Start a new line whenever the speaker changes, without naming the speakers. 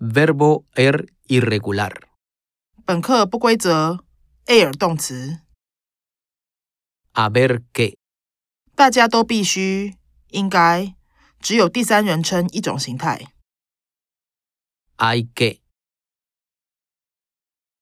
Verbo er irregular.
本课不规则 air 动词，
Haber que.
大家都必须应该，只有第三人称一种形态。
Hay que.